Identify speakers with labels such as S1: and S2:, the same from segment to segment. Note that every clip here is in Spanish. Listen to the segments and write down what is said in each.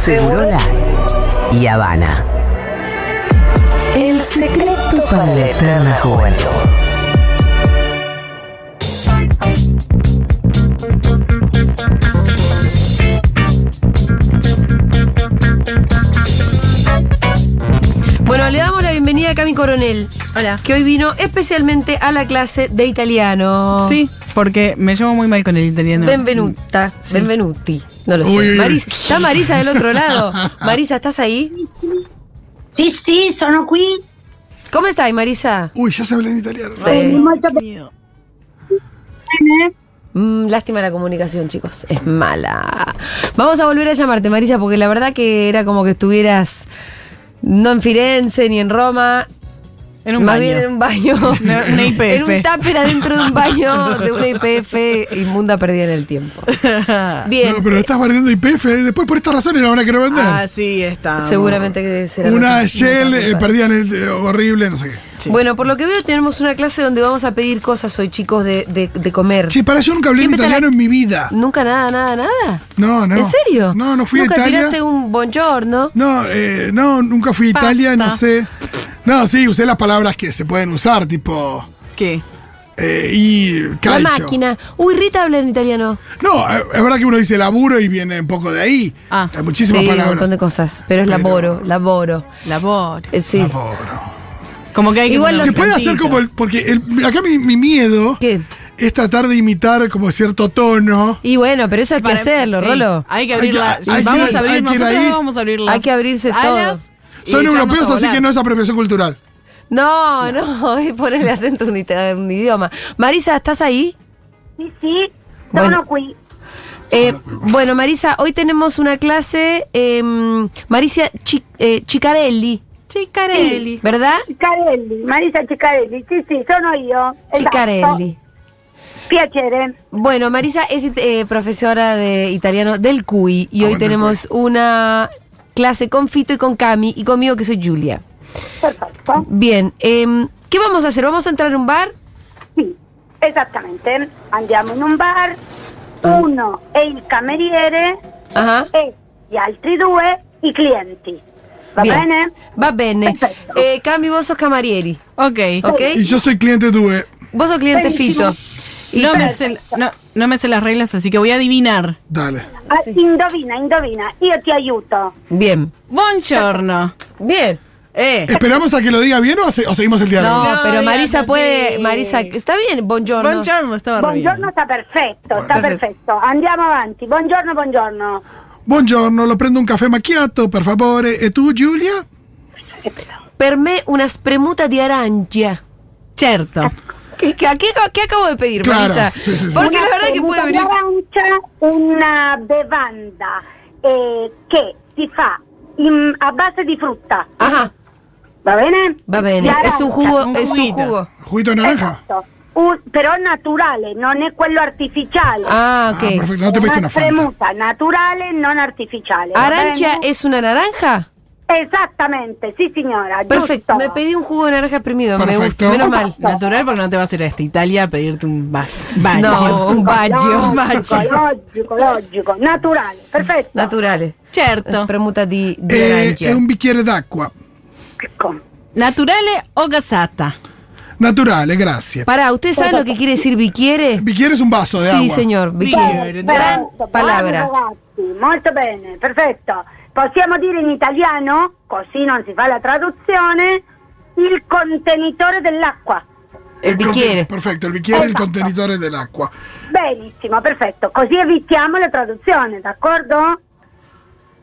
S1: Segurola y Habana. El secreto para la eterna juventud.
S2: Bueno, le damos la bienvenida a Cami Coronel,
S3: Hola.
S2: que hoy vino especialmente a la clase de italiano.
S3: Sí, porque me llevo muy mal con el italiano.
S2: Benvenuta,
S3: Sí.
S2: Benvenuti, no lo sé. Marisa, ¿Está Marisa del otro lado? Marisa, ¿estás ahí?
S4: Sì, sì, sono qui.
S2: ¿Cómo estás, Marisa?
S5: Uy, ya se habla en italiano.
S2: Sí.
S4: Eh, molto
S3: Miedo.
S4: bene.
S2: Mm, lástima la comunicación, chicos. Es mala. Vamos a volver a llamarte, Marisa, porque la verdad que era como que estuvieras no en Firenze ni en Roma.
S3: En un
S2: más
S3: baño.
S2: bien en un baño.
S3: Una- una IPF.
S2: En un tupper adentro de un baño de una IPF inmunda perdida en el tiempo. Bien.
S5: No, pero estás bardeando IPF, ¿eh? después por estas razones la van a querer vender.
S3: ah, sí, está.
S2: Seguramente que será.
S5: Una
S2: lo que-
S5: Shell
S2: no, no, no,
S5: eh,
S2: no.
S5: perdida en el eh, horrible, no sé qué.
S3: Sí.
S2: Bueno, por lo que veo, tenemos una clase donde vamos a pedir cosas hoy, chicos, de, de- de comer.
S5: Che, para yo nunca hablé en
S2: Siempre te
S5: italiano
S2: la-
S5: en mi vida.
S2: ¿Nunca nada, nada, nada?
S5: No, no.
S2: ¿En serio?
S5: No, no fui
S2: ¿Nunca
S5: a Italia.
S2: tiraste un buongiorno?
S5: No, eh, no, nunca fui a
S3: Pasta.
S5: Italia, no sé. No, sí, usé las palabras que se pueden usar, tipo.
S3: ¿Qué?
S5: eh, y calcio.
S2: La máquina. Uy, Rita habla en italiano.
S5: No, eh, es verdad que uno dice laburo y viene un poco de ahí.
S3: Ah.
S5: Hay muchísimas
S2: sí, un
S5: palabras.
S2: montón de cosas. Pero es
S5: Pero-
S2: laboro, laboro.
S3: Labor.
S2: Eh, sí.
S5: Laburo.
S3: Como que hay que
S2: Igual
S3: poner
S5: Ah, Se
S2: los
S5: puede hacer
S3: acentito.
S5: como el. Porque el- acá mi, mi miedo
S2: ¿Qué?
S5: es tratar de imitar como cierto tono.
S2: Y bueno, pero eso hay que
S3: Para-
S2: hacerlo,
S3: sí,
S2: Rolo.
S3: Hay que
S5: Hay que-
S3: abrirla.
S5: hay que-
S3: vamos
S5: hay
S3: a abrir,
S5: que ir
S3: nosotros
S5: ahí.
S3: vamos a abrir las
S2: Hay que abrirse
S3: alas
S2: todo.
S3: y
S5: Son
S3: echarnos a
S5: europeos, así
S3: volar.
S5: que no es apropiación cultural.
S2: No, no, es ponerle acento a un, ita- a un idioma. Marisa, ¿estás ahí?
S4: Sì, sì,
S2: Bueno.
S4: sono qui.
S2: Eh, bueno, Marisa, hoy tenemos una clase, em, Marisa Chi- eh, Chicarelli,
S3: Chicarelli.
S2: ¿verdad?
S4: Ciccarelli, Marisa Ciccarelli. Sì, sì, sono io. Esatto.
S2: Chicarelli.
S4: Piacere.
S2: Bueno, Marisa es eh, profesora de italiano del CUI y
S5: Ah,
S2: hoy
S5: bueno, del
S2: tenemos una clase con Fito y con Cami y conmigo que soy Julia.
S4: Perfetto.
S2: Bien, em, ¿qué vamos a hacer? ¿Vamos a entrar a un bar?
S4: Sì, esattamente. Andiamo in un bar. Uno è il cameriere
S2: Ajá.
S4: e gli altri due i clienti. Va
S2: bien.
S4: bene?
S2: Va bene.
S4: Perfecto. Oh,
S2: Eh, Cami, vos sos camarieri,
S3: Ok.
S2: ¿ok?
S5: Y yo soy cliente tuve.
S2: Vos sos cliente
S4: Buenísimo.
S2: Fito. Y
S3: No
S2: yo-
S3: me, sé, no, no me sé las reglas, así que voy a adivinar.
S5: Dale.
S4: Ah,
S2: Sì.
S4: Indovina, indovina. Io ti aiuto.
S2: Bien,
S3: Buongiorno.
S2: bien.
S3: Eh.
S5: ¿Esperamos a que lo diga bien o, se- o seguimos el
S2: No,
S5: diálogo?
S3: No,
S2: pero Marisa
S3: digamos,
S2: puede.
S3: sí.
S2: Marisa, está bien, buongiorno.
S3: Buongiorno, estaba re bien.
S4: Buongiorno, sta perfetto, sta
S2: Perfetto.
S4: perfetto. Andiamo avanti. Buongiorno, buongiorno.
S5: Buongiorno, lo prendo un café macchiato, per favore. ¿Y tú, Giulia?
S2: Per me una spremuta di arancia.
S3: Certo.
S2: ¿Qué, qué, a qué- qué acabo de pedir,
S5: Claro,
S2: Marisa?
S5: sí, sí, sí.
S2: Porque la
S4: Una
S2: verdad que puede venir.
S4: bevuta d'arancia, una bevanda eh, che si fa in- a base di frutta,
S2: Ajá,
S4: va bene?
S2: va bene.
S4: Di
S2: Es un
S4: arancia.
S2: jugo,
S3: Un
S2: es un
S3: juguito.
S2: jugo.
S5: ¿Juguito de naranja?
S4: Esatto. Un- però naturale, non è quello artificiale.
S2: Ah, ok.
S5: Ah, perfecto, no te
S4: È
S5: pediste
S4: una
S5: una Fanta.
S4: spremuta naturale, non artificiale. va
S2: ¿Arancia
S4: bene?
S2: es una naranja?
S4: Esattamente, sì signora.
S2: Perfecto, me
S4: giusto.
S2: pedí un jugo de naranja exprimido, me
S5: Perfecto.
S2: gusta, menos mal.
S3: Natural porque no te vas a ir hasta Italia a pedirte un ba- baño.
S2: No, un baggio.
S4: Logico, logico, logico, naturale, perfetto.
S2: Naturale.
S3: Certo.
S2: Spremuta di, di
S5: Eh,
S2: arancia.
S5: è un bicchiere d'acqua.
S4: Ecco.
S3: Naturale o gasata.
S5: Naturale, grazie.
S2: Pará, ¿usted sabe lo que quiere decir biquiere?
S5: Bicchiere es un vaso de
S2: Sí,
S5: agua.
S2: señor, biquiere.
S3: Biquiere,
S2: Gran
S4: Perfetto,
S2: palabra.
S4: bravo, ragazzi, molto bene, perfetto. Possiamo dire in italiano, così non si fa la traduzione, il contenitore dell'acqua.
S2: El
S5: conten-
S2: biquiere.
S5: Perfecto, el bicchiere è il
S4: Esatto.
S5: contenitore dell'acqua.
S4: Benissimo, perfetto. Così evitiamo la traduzione, d'accordo?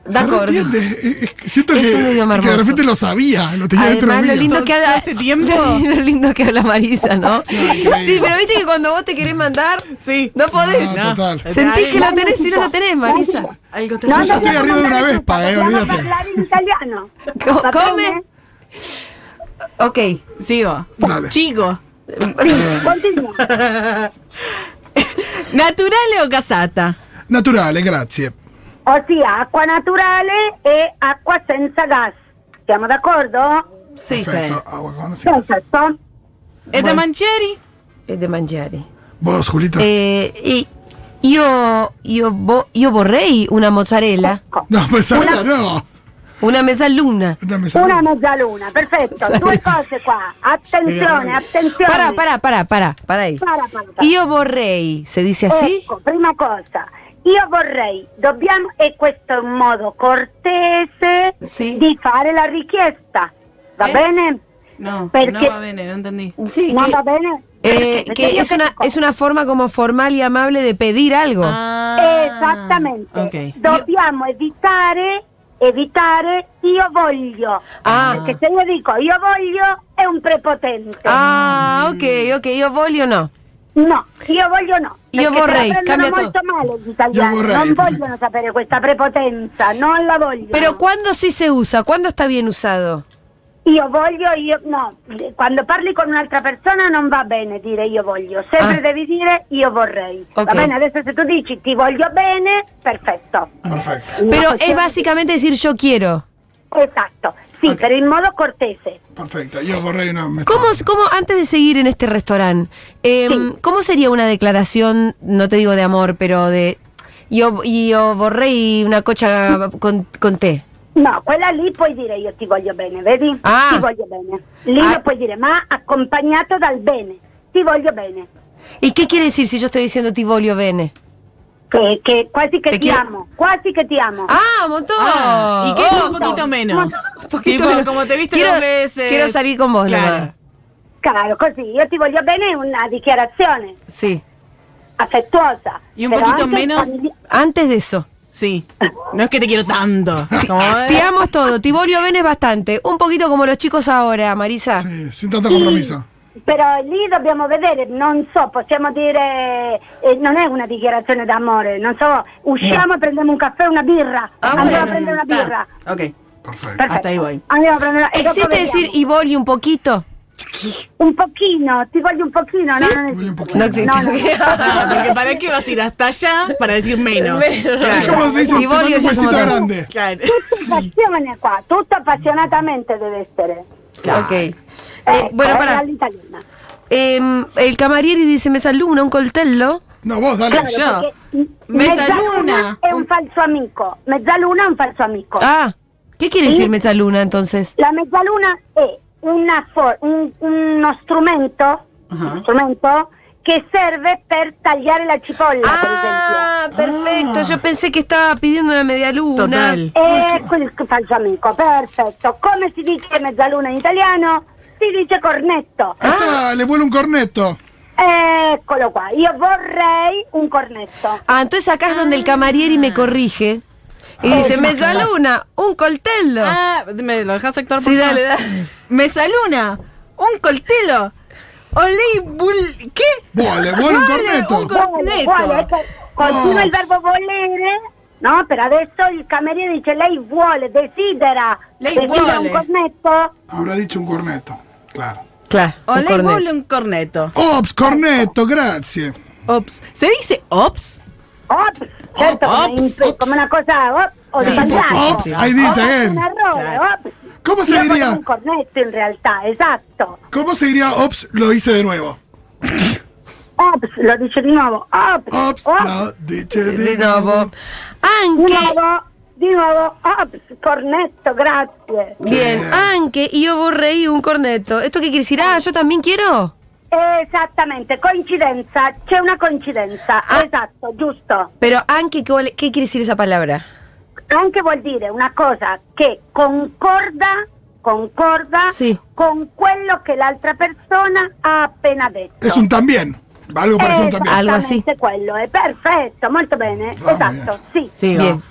S5: ¿Se no
S2: D'accordo.
S5: entiende? Eh, eh, Siento
S2: Es
S5: que,
S2: un idioma
S5: que de
S2: hermoso.
S5: repente lo sabía, lo tenía dentro
S2: Además,
S5: mío.
S2: lo lindo,
S3: Todo-
S2: que habla,
S3: todo este tiempo.
S2: lo lindo que habla Marisa, ¿no?
S5: increíble.
S2: Sí, pero viste que cuando vos te querés mandar,
S3: Sí.
S2: no podés.
S5: No, Ah, total.
S2: Sentís que lo tenés y no lo tenés, Marisa.
S3: Algo te
S4: No,
S5: Yo ya estoy
S4: dobbiamo
S5: arriba de una
S4: parlare
S5: vespa,
S4: tutta,
S5: eh,
S4: dobbiamo
S5: olvídate.
S4: parlare in italiano.
S2: Co-
S4: Va
S2: come?
S4: bene?
S2: Ok.
S3: Sigo.
S5: Dale.
S3: Chico.
S4: Continuo.
S3: Naturale o gasata.
S5: Naturale, grazie.
S4: Ossia, acqua naturale e acqua senza gas. Siamo d'accordo?
S2: Sí.
S5: Perfecto, agua con- sí.
S4: Perfetto.
S3: E da mancheri?
S2: Es de mangiare.
S5: Vos, Julita.
S2: Eh, y Io, io, vo- io vorrei una mozzarella,
S5: No, mezzaluna no.
S2: una mezzaluna.
S5: Una mezzaluna.
S4: Una mezzaluna, perfetto, due cose qua. Attenzione, attenzione.
S2: Pará, pará, pará, pará, pará ahí.
S4: Para, para, para.
S2: Io vorrei, se dice así.
S4: Ecco, prima cosa, io vorrei, dobbiamo, e questo è un modo cortese
S2: Sì.
S4: di fare la richiesta, va
S3: Eh?
S4: bene?
S3: No,
S4: Perché-
S3: no va bene, no entendí.
S2: Sí,
S4: Non
S2: que-
S4: va bene?
S2: Eh,
S4: Perché
S2: que
S4: io
S2: es una,
S4: dico-
S2: es una forma como formal y amable de pedir algo.
S3: Ah,
S4: Esattamente,
S3: Ok.
S4: dobbiamo evitare, evitare io voglio,
S2: Ah,
S4: perché se io dico io voglio è un prepotente,
S2: ah, ok, ok, io voglio no.
S4: no, io voglio no.
S2: Io
S4: perché se la
S2: vorrei,
S4: prendono
S2: cambia
S4: molto male gli italiani,
S5: Io vorrei,
S4: non
S5: perfetto.
S4: vogliono sapere questa prepotenza, non la vogliono.
S2: Pero ¿cuándo sí se usa? ¿Cuándo está bien usado?
S4: Io voglio, io no, quando parli con un'altra persona non va bene dire io voglio, sempre
S2: Ah.
S4: devi dire io vorrei.
S2: Ok.
S4: Va bene, adesso se tu dici ti voglio bene, perfetto.
S5: Perfecto.
S4: Una
S2: Pero es
S4: questione-
S2: básicamente decir yo quiero.
S4: Esatto, sì,
S3: Ok.
S4: per il modo cortese.
S5: Perfecto. Yo borré una mezzaluna.
S2: ¿Cómo, cómo antes de seguir en este restaurante, em, cómo sería una declaración, no te digo de amor, pero de yo, yo borré una cocha con, con té?
S4: No, quella lì puoi dire io ti voglio bene, vedi?
S2: Ah.
S4: Ti voglio bene. Lì
S2: Ah.
S4: lo puoi dire, ma accompagnato dal bene. Ti voglio bene.
S2: ¿Y qué quiere decir si yo estoy diciendo ti voglio bene?
S4: Che, che quasi che
S2: Te
S4: ti
S2: chiedo-
S4: amo, quasi che ti amo.
S2: Ah, un montón.
S3: Ah, y que es un
S2: Oh.
S3: poquito menos.
S2: Un poquito
S3: Tipo,
S2: menos.
S3: como te viste
S2: Quiero-
S3: dos veces.
S2: quiero salir con vos,
S3: Claro.
S2: nomás.
S4: Caro, così, io ti voglio bene è una dichiarazione
S2: Sí.
S4: affettuosa.
S3: Y un
S4: però
S3: poquito
S4: anche
S3: menos-
S4: famiglia-
S2: Antes de eso.
S3: Sí. No es que te quiero tanto. Como-
S2: Ah, Te amo es todo. Tiborio Vene es bastante. Un poquito como los chicos ahora, Marisa.
S5: Sí, sin tanto
S4: Sì,
S5: compromiso.
S4: Però lì dobbiamo vedere, non so, possiamo dire, eh, non è una dichiarazione d'amore, non so, usciamo e prendiamo un caffè, una birra,
S2: Ah,
S4: andiamo
S2: bueno,
S4: a prendere una
S3: Está.
S4: birra.
S3: eh, Ok.
S5: Perfecto.
S4: Perfetto.
S3: Hasta ahí voy.
S4: Andiamo a prendere
S2: Eh,
S4: una e dopo
S2: ¿Existe decir
S4: vediamo.
S2: y voglio un poquito?
S4: un pochino, ti voglio un pochino,
S2: Sì?
S4: no, non
S5: Ti voglio un
S4: esiste.
S5: pochino.
S2: No existe.
S4: No, no.
S3: Ah, porque ¿para qué vas a ir hasta allá para decir menos?
S2: Menos.
S5: Es
S3: Claro.
S5: como dicen,
S2: Y
S5: te
S2: vos,
S5: mando
S2: Leo,
S5: un
S2: ya
S5: besito
S2: somos dos.
S5: grande.
S3: Claro. Sí.
S4: Passione qua, tutto appassionatamente deve essere. Ecco,
S2: Ok. Eh, bueno, para.
S4: all'italiana.
S2: el camarieri dice: Me saluda un coltello.
S5: No, vos dale.
S4: Claro,
S3: Yo.
S4: perché m-
S3: Mezzaluna.
S4: è un falso amico, mezzaluna è un falso amico.
S2: Ah, ¿qué quiere decir mezzaluna entonces?
S4: La mezzaluna è una for- un- uno strumento,
S2: Ah.
S3: Ajá.
S4: uno strumento che serve per tagliare la cipolla,
S2: Ah, perfecto.
S5: Ah.
S2: Yo pensé que estaba pidiendo una media luna.
S3: Total.
S4: per esempio. E quel che falso amico, perfetto. Come si dice mezzaluna in italiano? Si dice cornetto.
S5: Ahí está, le vuelve un corneto.
S4: Eccolo qua, io vorrei un cornetto.
S2: Ah, entonces acá es donde el camarieri me corrige. Y
S5: Ah,
S2: dice,
S5: encima acá.
S2: mezzaluna, un coltello.
S3: Ah, ¿me lo dejas actuar por
S2: sí,
S3: favor?
S2: dale, dale.
S3: Mesaluna, un coltelo. Olé, bul... ¿Qué?
S5: Vuole, vuole un cornetto.
S3: Un
S4: Vuole, vuole,
S3: cornetto.
S4: ecco, continua
S5: Oh.
S4: il verbo volere, no? Per adesso il cameriere dice lei vuole, desidera,
S3: Lei vuole.
S4: desidera un cornetto.
S5: Habrá dicho un corneto. Claro.
S2: Claro. un
S3: Olé,
S2: cornet.
S3: bul, un cornetto.
S5: Ops, cornetto, grazie.
S3: Ops. ¿Se dice ops?
S4: Ops, certo,
S5: Ops,
S4: come, in-
S5: ops.
S4: come una cosa op, ho
S5: Tipo,
S4: sbagliato.
S5: ops, I did it
S4: Un
S5: again.
S4: errore,
S3: Claro.
S4: ops.
S5: Come si
S4: Io
S5: diría?
S4: volevo un cornetto in realtà, esatto.
S5: ¿Cómo se diría ops? Lo hice de nuevo.
S4: Ops, lo dice di nuovo. Ops,
S5: Ops,
S4: ops,
S5: lo dije
S2: Di
S5: de
S2: nuovo.
S5: nuevo.
S4: di
S2: Anche,
S4: nuovo, di nuovo, ops, cornetto, grazie.
S2: bien, anche yo borrei un cornetto. ¿Esto qué quiere decir? Ah, yo también quiero.
S4: Esattamente, coincidenza, c'è una coincidenza,
S2: Ah.
S4: esatto, giusto.
S2: Pero anche, ¿qué vuole- qué quiere decir esa palabra?
S4: Anche vuol dire una cosa che concorda, concorda
S2: Sì.
S4: con quello che l'altra persona ha appena detto.
S5: Es un también. Algo parecido a un también.
S2: Eh, Algo así.
S4: Esattamente quello, è perfetto, molto bene,
S5: Vamos,
S4: esatto, sì.
S2: Bien.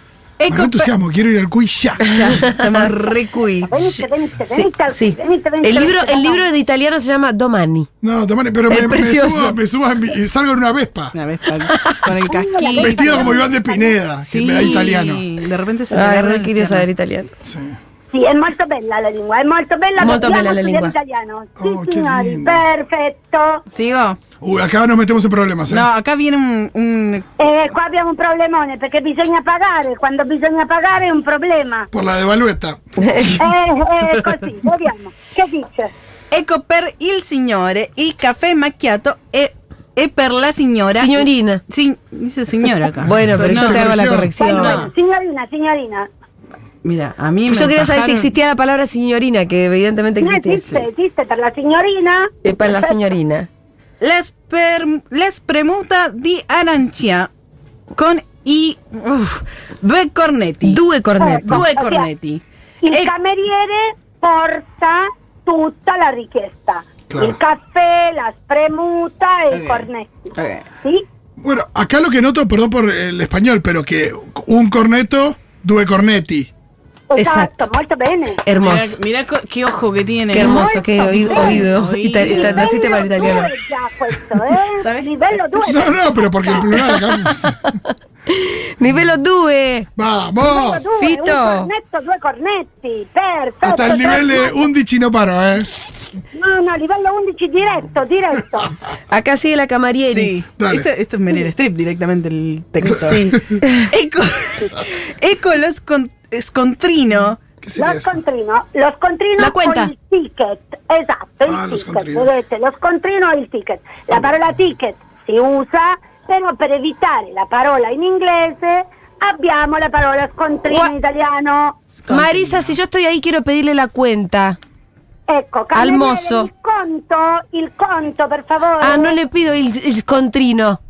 S5: Con entusiasmo, quiero ir al quiz ya.
S3: Estamos recuí.
S4: Venite, venite, venite, al-
S2: Sí.
S4: venite, venite,
S2: El libro,
S4: venite,
S2: el
S4: vamos.
S2: libro de italiano se llama Domani.
S5: No, Tomani, pero
S2: Es
S5: me, me
S2: precioso.
S5: subo, me subo a mi- y salgo en una vespa.
S3: Una vez con, con el casquito.
S5: Vestido como Iván de Pineda, que me da italiano.
S3: De repente se te
S2: Ah,
S3: agarran
S2: re
S3: las
S2: quiero
S3: piernas.
S2: saber italiano.
S5: Sí.
S4: Sì, è molto bella la lingua, è molto bella,
S2: Molto
S4: dobbiamo
S2: bella la
S4: studiare
S2: lingua.
S4: italiano. Sì,
S5: Oh, che
S4: signori,
S5: lindo.
S4: perfetto.
S3: ¿Sigo?
S5: Uy, acá nos metemos en problemas. ¿eh?
S3: No, acá viene un, un-
S4: E qua abbiamo un problemone perché bisogna pagare, quando bisogna pagare è un problema.
S5: Por la devalueta.
S4: Eh, eh, così, vediamo. Che dice?
S3: Ecco per il signore, il caffè macchiato e, è per la signora.
S2: Signorina.
S3: Sì, dice signora acá.
S2: Bueno, pero
S3: no,
S2: yo te hago la
S5: corrección.
S2: corrección.
S3: Bueno,
S2: No.
S4: Signorina, signorina.
S3: Mira, a mí me
S2: Yo quería saber si
S3: bajaron-
S2: existía la palabra signorina, que evidentemente
S4: No
S2: existe.
S4: esiste, esiste per la signorina.
S2: Eh, para la
S4: Perfetto.
S2: signorina.
S3: Les, per- les premuta di Arancia con i uff, due cornetti.
S2: Due cornetti.
S4: Ecco.
S3: due
S4: Ossia,
S3: cornetti.
S4: Il
S3: E-
S4: cameriere porta tutta la richiesta.
S5: Claro.
S4: Il caffè, la spremuta e
S3: Ok.
S4: i cornetti.
S3: Ok.
S4: ¿Sí?
S5: Bueno, acá lo que noto, perdón por el español, pero que un corneto, due cornetti.
S4: Esatto,
S2: Esatto.
S4: molto bene.
S2: Hermoso.
S3: Mira, mira co- qué ojo que tiene.
S2: Qué hermoso,
S4: Molto
S2: qué oído.
S4: bene.
S2: oído.
S3: Oído.
S2: Ita- ita- naciste para el
S4: Livello
S2: italiano.
S4: due già questo, eh?
S3: Sabes-
S4: Livello due.
S5: No, no, pero porque en plural acá.
S2: Livello 2.
S4: Livello
S5: ¡Vamos!
S4: due,
S2: Fito.
S4: Un cornetto, due cornetti. Perfetto.
S5: Hasta el nivel de
S4: perfetto.
S5: un dicino paro, ¿eh?
S4: No, no, livello 11 diretto, diretto.
S2: Acá sigue la camarieri.
S3: Sí,
S5: Dale.
S3: esto, esto es Meryl Streep directamente el texto.
S2: Sí.
S3: Eco, eco los con, scontrino.
S5: ¿Qué
S4: Lo
S5: sería eso?
S4: scontrino, lo scontrino
S2: La cuenta.
S4: con il ticket, esatto, il
S5: Ah, lo
S4: ticket,
S5: scontrino.
S4: vedete, lo scontrino e il ticket. La parola ticket si usa, però per evitare la parola in inglese abbiamo la parola scontrino
S2: Gua-
S4: in italiano.
S2: Marisa, si yo estoy ahí, quiero pedirle la cuenta.
S4: Ecco, cameriere,
S2: mosso.
S4: il conto, il conto per favore.
S2: Ah, no le pido el, el contrino.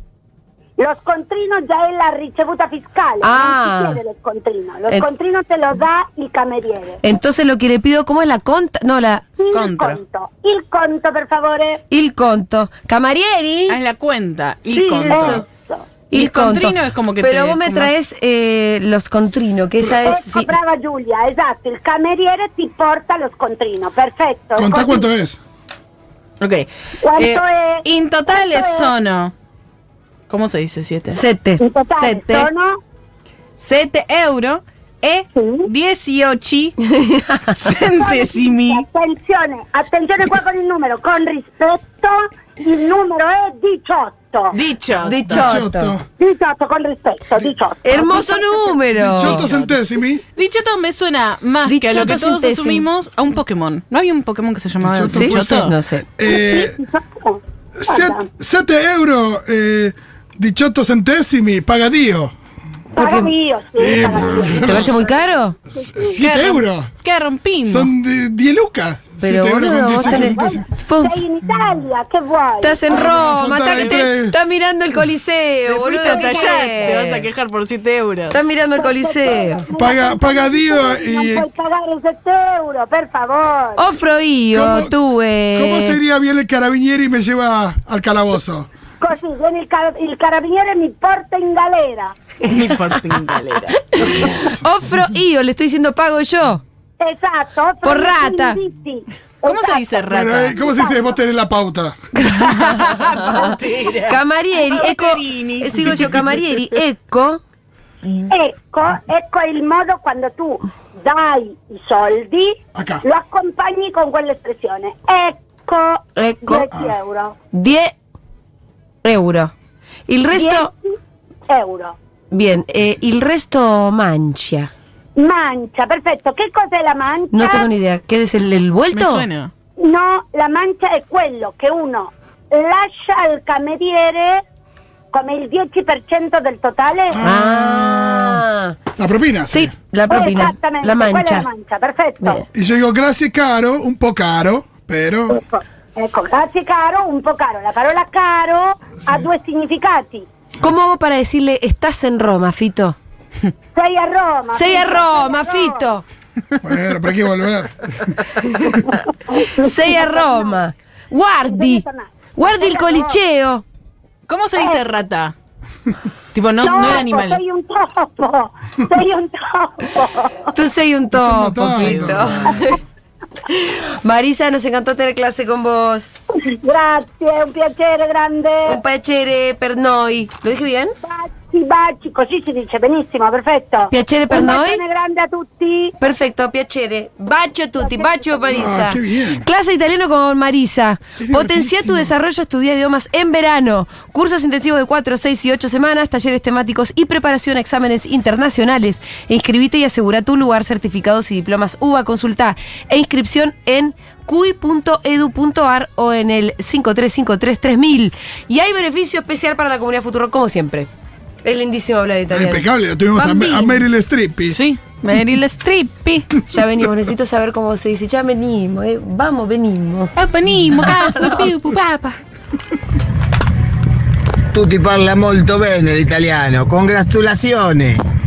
S4: Lo scontrino già è la ricevuta fiscale,
S2: Ah.
S4: non si chiede lo scontrino, lo
S2: Eh.
S4: scontrino te lo dà il cameriere.
S2: Entonces lo que le pido, ¿cómo es la conta? No, la.
S4: Il
S3: Scontro.
S4: conto, il conto per favore.
S2: Il conto. Camarieri.
S3: Ah, es la cuenta. Il
S2: Sí,
S3: conto.
S2: eso.
S4: Eso.
S2: Il,
S3: Il
S2: conto.
S3: contrino es como que
S2: Pero
S3: te-
S2: vos me
S3: como-
S2: traes eh, los contrino, que ella es.
S4: Ecco,
S2: fi-
S4: brava Giulia, esatto, il cameriere ti porta lo scontrino, perfetto.
S5: Contá
S4: Così.
S5: cuánto es.
S3: Ok. Eh,
S4: ¿Cuánto es?
S3: In totale
S4: ¿Cuánto es?
S3: sono. ¿Cómo se dice? Siete.
S2: Sette.
S4: In totale
S3: Sette.
S4: sono
S3: Sette euro e
S4: Sì.
S3: 18 centesimi.
S4: Attenzione, attenzione qua con il numero, con rispetto il numero è 18.
S3: 18.
S2: 18.
S4: 18 con rispetto, 18.
S2: Hermoso número.
S5: 18 centésimi.
S3: Dichoto me suena más que a lo que
S2: Dichoto
S3: todos
S2: centésimo.
S3: asumimos a un Pokémon. ¿No había un Pokémon que se llamaba
S5: Dichoto
S2: ¿Sí?
S5: puede ser.
S2: No sé.
S5: Eh,
S4: 18. Guarda,
S5: 7 euro, eh, 18 centesimi, pagadío.
S4: pagami io, sì,
S5: Eh,
S4: pagami io.
S2: ¿Te parece muy caro?
S5: 7 euros.
S3: ¿Qué rompimos?
S5: Son de 10 lucas.
S2: Pero
S5: 7 euros
S2: boludo,
S5: con
S2: vos
S5: 18
S2: tenés.
S5: centésimos.
S2: Pum,
S4: Sei in Italia, che vuoi?
S2: Estás en
S5: Ah,
S2: Roma,
S5: faltaba
S2: estás,
S5: de
S2: que te-
S5: tres.
S2: estás mirando el Coliseo,
S3: Te
S2: boludo.
S3: fuiste a
S2: ¿qué
S3: tallar,
S2: querés?
S3: te vas a quejar por 7 euros.
S2: Estás mirando el Coliseo.
S5: Paga- paga Dio
S4: Non
S5: e-
S4: puoi pagare 7 euro, per favore.
S2: Oh. Ofroío,
S5: ¿Cómo-
S2: tuve.
S5: ¿Cómo sería bien el carabinieri y me lleva al calabozo?
S4: Così viene il, car- il carabiniere e mi porta in galera.
S3: Mi porto in galera.
S2: Ofroío, le estoy diciendo pago yo.
S4: Esatto. offro
S2: Por
S4: i
S2: rata.
S4: servizi.
S3: ¿Cómo se
S4: Esatto.
S3: dice
S5: Bueno,
S3: rata?
S5: eh, ¿Cómo se dice? Vos tenés la pauta.
S3: Ah,
S2: Camarieri, eco.
S3: Barberini.
S2: eh, Sigo yo, Camarieri, eco.
S4: Ecco, ecco il modo quando tu dai i soldi,
S5: Acá.
S4: lo accompagni con quell'espressione. Ecco,
S2: Ecco.
S4: 10 euro.
S2: 10 euros. El resto,
S4: 10 euro.
S2: bien, eh, el resto mancha.
S4: Mancia, perfetto. Che cos'è la mancia?
S2: No tengo ni idea. ¿Qué es el, el
S3: Me
S2: vuelto?
S3: suena.
S4: No, la mancia è quello che uno lascia al cameriere come il 10% del totale.
S2: Ah,
S5: La propina.
S2: sí, la
S4: Poi
S2: propina,
S4: esattamente,
S2: la
S4: quella è
S2: mancha.
S4: la mancia, perfetto.
S2: Bene.
S5: Y yo digo, gracias, caro, un poco caro, pero.
S4: Ecco, ecco, grazie caro, un po' caro. La parola caro ha due significati.
S2: ¿Cómo hago para decirle estás en Roma, Fito?
S4: Sei a Roma.
S2: Sei a
S4: Fito,
S2: Roma,
S4: sei a Roma.
S2: Fito.
S5: Bueno, pero hay que volver.
S2: Sei a Roma. Guardi. Guardi il coliseo.
S3: ¿Cómo se dice rata? tipo, no,
S4: Topo,
S3: no el animal.
S4: ecco, Sei un topo, sei un topo.
S2: Tú sei un topo,
S5: matando.
S2: Fito. Marisa, nos encantó tener clase con vos.
S4: Grazie, è un piacere
S2: Un
S4: grande.
S2: piacere per noi. ¿Lo dije bien?
S4: Baci, baci, così si dice benissimo, perfetto.
S2: Piacere per
S4: un
S2: noi.
S4: bacione grande a tutti.
S2: Perfecto, piacere. Bacio a tutti, bacio a Marisa.
S5: Ah, qué bien.
S2: Clase de italiano con Marisa.
S5: Qué
S2: Potencia tu
S5: divertidísimo.
S2: desarrollo, estudia idiomas en verano. Cursos intensivos de 4, 6 y 8 semanas, talleres temáticos y preparación a exámenes internacionales. Inscribite y asegura tu lugar, certificados y diplomas UBA. Consulta e inscripción en cuy.edu.ar o en el 53533000. Y hay beneficio especial para la comunidad Futuro, como siempre. Es lindísimo hablar italiano.
S5: Impecable, lo tuvimos a,
S3: Bambini.
S5: a Meryl Streep. y-
S3: Sí, Meryl Streep.
S2: Ya venimos, necesito saber cómo se dice. Ya venimos, eh. vamos, venimos.
S3: Apanimo, capo, Ah, piu, papa.
S6: Tu ti parla molto bene l'italiano, congratulazioni!